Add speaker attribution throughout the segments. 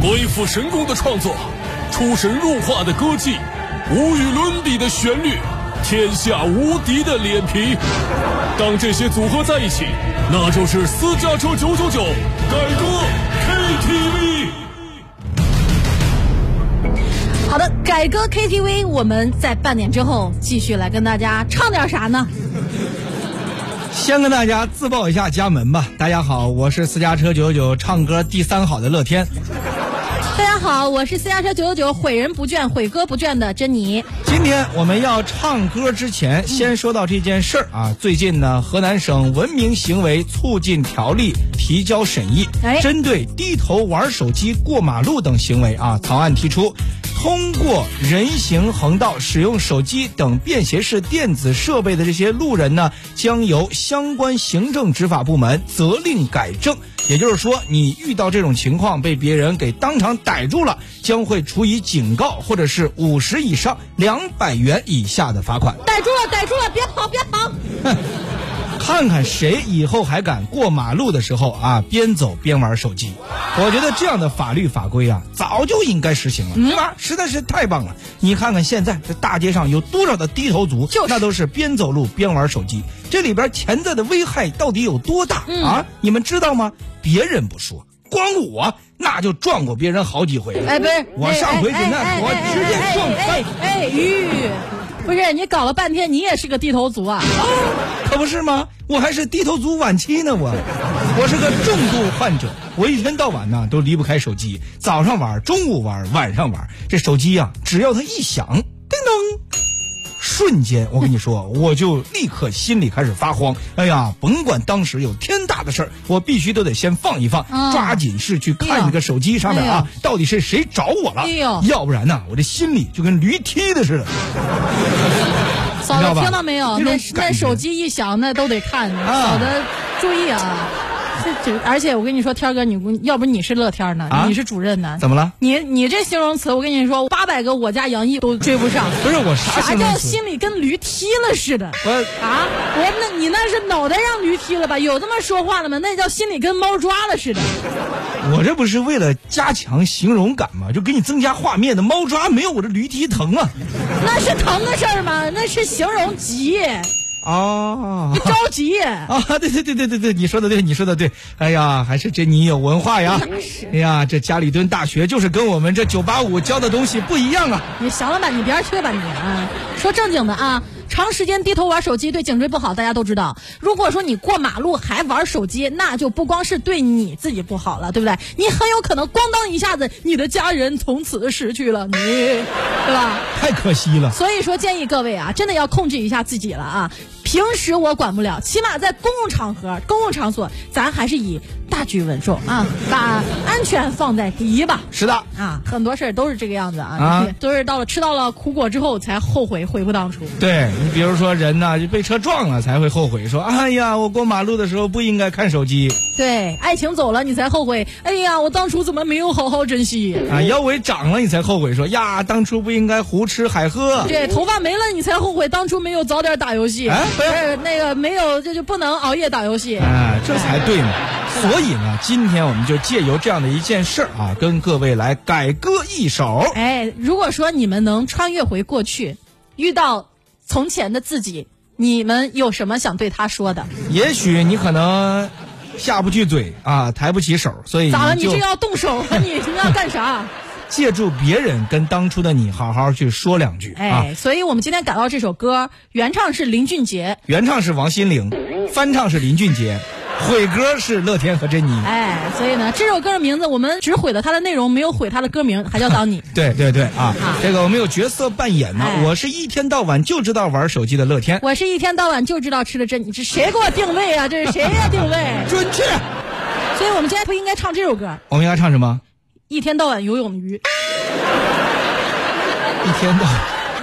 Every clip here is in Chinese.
Speaker 1: 鬼斧神工的创作，出神入化的歌技，无与伦比的旋律，天下无敌的脸皮。当这些组合在一起，那就是私家车九九九改歌 KTV。
Speaker 2: 好的，改歌 KTV，我们在半点之后继续来跟大家唱点啥呢？
Speaker 3: 先跟大家自报一下家门吧。大家好，我是私家车九九九唱歌第三好的乐天。
Speaker 2: 大家好，我是私家车九九九，毁人不倦，毁歌不倦的珍妮。
Speaker 3: 今天我们要唱歌之前，先说到这件事儿啊。最近呢，河南省文明行为促进条例提交审议，
Speaker 2: 哎
Speaker 3: 针对低头玩手机、过马路等行为啊，草案提出，通过人行横道使用手机等便携式电子设备的这些路人呢，将由相关行政执法部门责令改正。也就是说，你遇到这种情况被别人给当场逮住了，将会处以警告或者是五十以上两百元以下的罚款。
Speaker 2: 逮住了，逮住了，别跑，别跑！
Speaker 3: 看看谁以后还敢过马路的时候啊，边走边玩手机。我觉得这样的法律法规啊，早就应该实行了，对吧？实在是太棒了！你看看现在这大街上有多少的低头族，
Speaker 2: 就是
Speaker 3: 那都是边走路边玩手机，这里边潜在的危害到底有多大、啊？你们知道吗？别人不说，光我那就撞过别人好几回了。
Speaker 2: 哎，不是，
Speaker 3: 我上回去那我直接撞翻
Speaker 2: 哎哎哎，吁、不是你搞了半天，你也是个地头族 啊？
Speaker 3: 可不是吗？我还是低头族晚期呢，我，我是个重度患者，我一天到晚呢都离不开手机，早上玩，中午玩，晚上玩。这手机呀、只要它一响，叮咚，瞬间，我跟你说，我就立刻心里开始发慌。哎呀，甭管当时有天大的事儿，我必须都得先放一放，
Speaker 2: 嗯
Speaker 3: 抓紧是去看这个手机上面啊，到底是谁找我了？
Speaker 2: 哎呦
Speaker 3: 要不然呢，我这心里就跟驴踢的似的。
Speaker 2: 嫂
Speaker 3: 知道
Speaker 2: 子
Speaker 3: 吧
Speaker 2: 听到没有？
Speaker 3: 这种
Speaker 2: 那
Speaker 3: 感
Speaker 2: 那
Speaker 3: 觉
Speaker 2: 手机一响，那都得看，嫂
Speaker 3: 啊
Speaker 2: 子注意啊！ 这这，而且我跟你说，天儿哥，你要不你是乐天儿呢，
Speaker 3: 啊
Speaker 2: 你是主任呢？
Speaker 3: 怎么了？
Speaker 2: 你你这形容词，我跟你说，八百个我家杨毅都追不上。
Speaker 3: 不是我啥
Speaker 2: 啥
Speaker 3: 形容
Speaker 2: 叫
Speaker 3: 词
Speaker 2: 心里跟驴踢了似的？
Speaker 3: 我
Speaker 2: 啊！我那你那是脑袋让驴踢了吧？有这么说话的吗？那叫心里跟猫抓了似的。
Speaker 3: 我这不是为了加强形容感吗？就给你增加画面的猫抓没有我这驴蹄疼啊！
Speaker 2: 那是疼的事儿吗？那是形容急，
Speaker 3: 啊
Speaker 2: 你着急。
Speaker 3: 啊！ 对对对对对对，你说的对，你说的对。哎呀，还是珍妮有文化呀！哎呀，这加里敦大学就是跟我们这九八五教的东西不一样啊！
Speaker 2: 你行了吧，你别去吧你啊！说正经的啊，长时间低头玩手机对颈椎不好，大家都知道。如果说你过马路还玩手机，那就不光是对你自己不好了，对不对？ 你很有可能咣当一下子，你的家人从此失去了你，对吧？
Speaker 3: 太可惜了。
Speaker 2: 所以说，建议各位啊，真的要控制一下自己了啊。平时我管不了，起码在公共场合、公共场所，咱还是以大局为重啊，把安全放在第一吧。
Speaker 3: 是的，
Speaker 2: 啊，很多事儿都是这个样子啊，
Speaker 3: 啊
Speaker 2: 都是到了吃到了苦果之后才后悔悔不当初。
Speaker 3: 对你比如说人呐，就被车撞了才会后悔，说哎呀，我过马路的时候不应该看手机
Speaker 2: 对，爱情走了你才后悔，哎呀，我当初怎么没有好好珍惜？
Speaker 3: 啊，腰围长了你才后悔，说呀，当初不应该胡吃海喝。
Speaker 2: 对，头发没了你才后悔，当初没有早点打游戏，
Speaker 3: 哎
Speaker 2: 不
Speaker 3: 不要
Speaker 2: 是那个没有这就不能熬夜打游戏。
Speaker 3: 哎，这才对呢。所以呢，今天我们就借由这样的一件事儿啊，跟各位来改歌一首。
Speaker 2: 哎，如果说你们能穿越回过去，遇到从前的自己，你们有什么想对他说的？
Speaker 3: 也许你可能下不去嘴啊，抬不起手，所以
Speaker 2: 咋了？
Speaker 3: 你
Speaker 2: 你
Speaker 3: 就啊
Speaker 2: 这要动手啊？你你要 干啥？
Speaker 3: 借助别人跟当初的你好好去说两句啊
Speaker 2: 哎，。所以我们今天改到这首歌，原唱是林俊杰。
Speaker 3: 原唱是王心凌，翻唱是林俊杰，毁歌是乐天和珍妮。
Speaker 2: 哎，所以呢，这首歌的名字我们只毁了它的内容，没有毁它的歌名，还叫当 你。
Speaker 3: 对对对啊，这个我们有角色扮演呢
Speaker 2: 哎。
Speaker 3: 我是一天到晚就知道玩手机的乐天，
Speaker 2: 我是一天到晚就知道吃的真，这谁给我定位啊？这是谁呀、定位？
Speaker 3: 准确。
Speaker 2: 所以我们今天不应该唱这首歌，
Speaker 3: 我们应该唱什么？
Speaker 2: 一天到晚游泳的鱼，
Speaker 3: 一天到晚。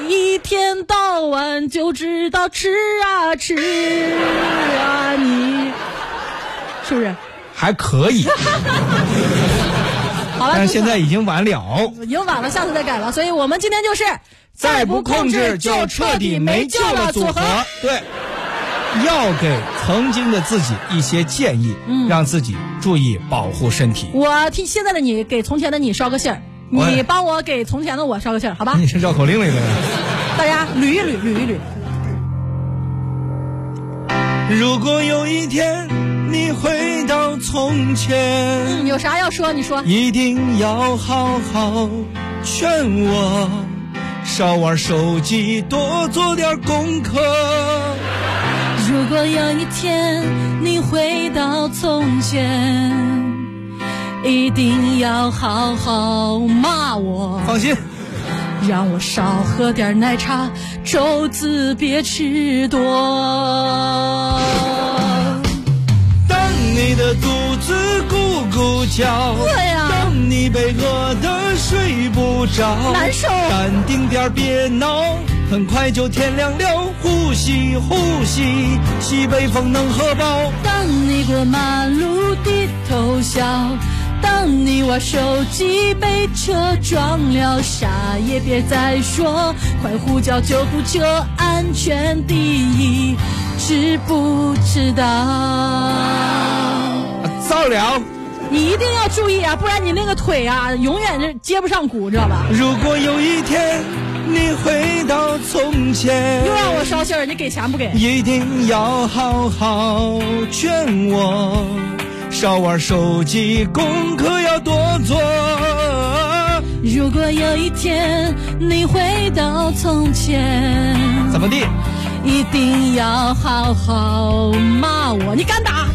Speaker 2: 一天到晚就知道吃啊吃啊你，是不是？
Speaker 3: 还可以，
Speaker 2: 好了，
Speaker 3: 但
Speaker 2: 真
Speaker 3: 是现
Speaker 2: 的
Speaker 3: 在已经晚了。
Speaker 2: 已经晚了，下次再改了。所以我们今天就是
Speaker 3: 再不控制就彻底没救了，组合。对，要给曾经的自己一些建议，让自己注意保护身体。
Speaker 2: 我替现在的你给从前的你捎个信儿，
Speaker 3: 我也
Speaker 2: 你帮我嗯给从前的我捎个信儿，好吧？
Speaker 3: 你是绕口令了一个人。
Speaker 2: 大家捋一捋，捋一捋。
Speaker 3: 如果有一天你回到从前，
Speaker 2: 嗯，有啥要说你说。
Speaker 3: 一定要好好劝我，少玩手机，多做点功课。
Speaker 2: 如果有一天你回到从前，一定要好好骂我，
Speaker 3: 放心，
Speaker 2: 让我少喝点奶茶，粥子别吃多。
Speaker 3: 当你的肚子咕咕叫，
Speaker 2: 对呀
Speaker 3: 当你被饿得睡不着，
Speaker 2: 难受
Speaker 3: 淡定点儿别闹。很快就天亮了，呼吸呼吸，西北风能喝饱。
Speaker 2: 当你过马路低头笑，当你玩手机被车撞了，啥也别再说，快呼叫救护车，安全第一，知不知道？
Speaker 3: 啊造了。
Speaker 2: 你一定要注意啊，不然你那个腿啊，永远是接不上骨，知道吧？
Speaker 3: 如果有一天你回到从前，
Speaker 2: 又让我捎信儿，你给钱不给？
Speaker 3: 一定要好好劝我，少玩手机，功课要多做。
Speaker 2: 如果有一天你回到从前。
Speaker 3: 怎么地？
Speaker 2: 一定要好好骂我，你敢打？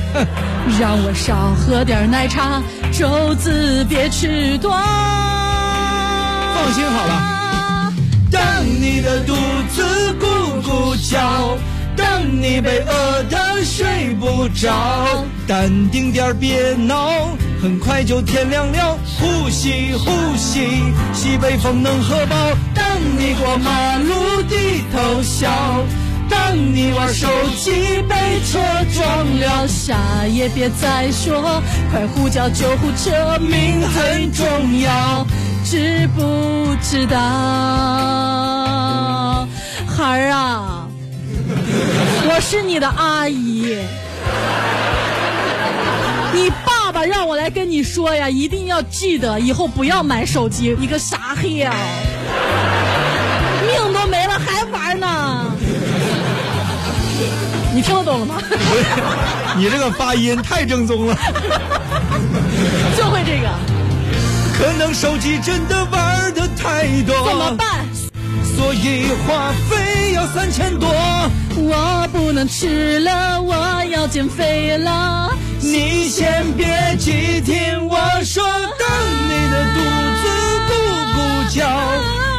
Speaker 2: 让我少喝点奶茶，粥子别吃多。
Speaker 3: 放心好了。当你的肚子咕咕叫，当你被饿得睡不着，淡定点儿别闹，很快就天亮了。呼吸呼吸，西北风能喝饱。当你过马路低头笑，当你玩手机被车撞了，
Speaker 2: 要啥也别再说，快呼叫救护车，
Speaker 3: 命很重要。
Speaker 2: 知不知道？孩儿 啊，我是你的阿姨，你爸爸让我来跟你说呀，一定要记得以后不要买手机，你个傻黑啊呀、命都没了还玩呢？你听得懂了吗？
Speaker 3: 你这个发音太正宗了。
Speaker 2: 就会这个，
Speaker 3: 可能手机真的玩的太多，
Speaker 2: 怎么？办？
Speaker 3: 所以话费要三千多。
Speaker 2: 我不能吃了，我要减肥了。
Speaker 3: 你先别急，听我说，当你的肚子咕咕叫，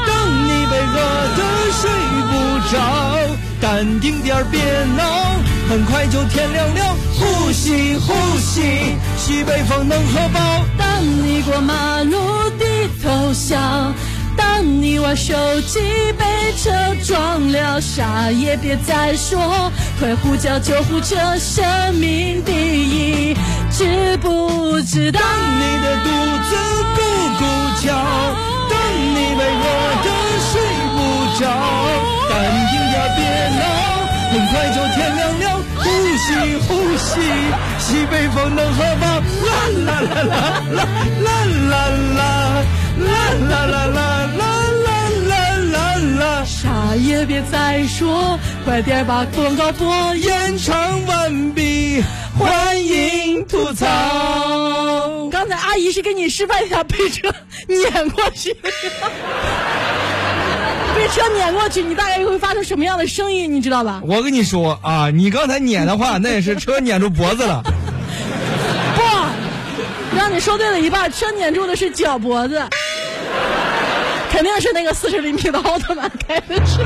Speaker 3: 当你被饿得睡不着，淡定点儿别闹，很快就天亮了。呼吸呼吸，西北风能喝饱。
Speaker 2: 当你过马路低头笑，当你玩手机被车撞了，啥也别再说，快呼叫救护车，生命第一，知不知道？
Speaker 3: 当你的肚子咕咕叫，当你被饿得睡不着，淡定点别闹，很快就天亮了。呼吸呼吸，西北风能喝饱。啦啦啦啦啦啦啦啦啦啦啦啦啦啦啦啦，
Speaker 2: 啥也别再说，快点把广告播。
Speaker 3: 演唱完毕，欢迎吐槽。
Speaker 2: 刚才阿姨是给你示范一下被车碾过去，被车碾过去，你大概会发出什么样的声音，你知道吧？
Speaker 3: 我跟你说啊，你刚才撵的话，那也是车撵住脖子了。
Speaker 2: 不，让你说对了一半，车碾住的是脚脖子，肯定是那个四十厘米的奥特曼开的车。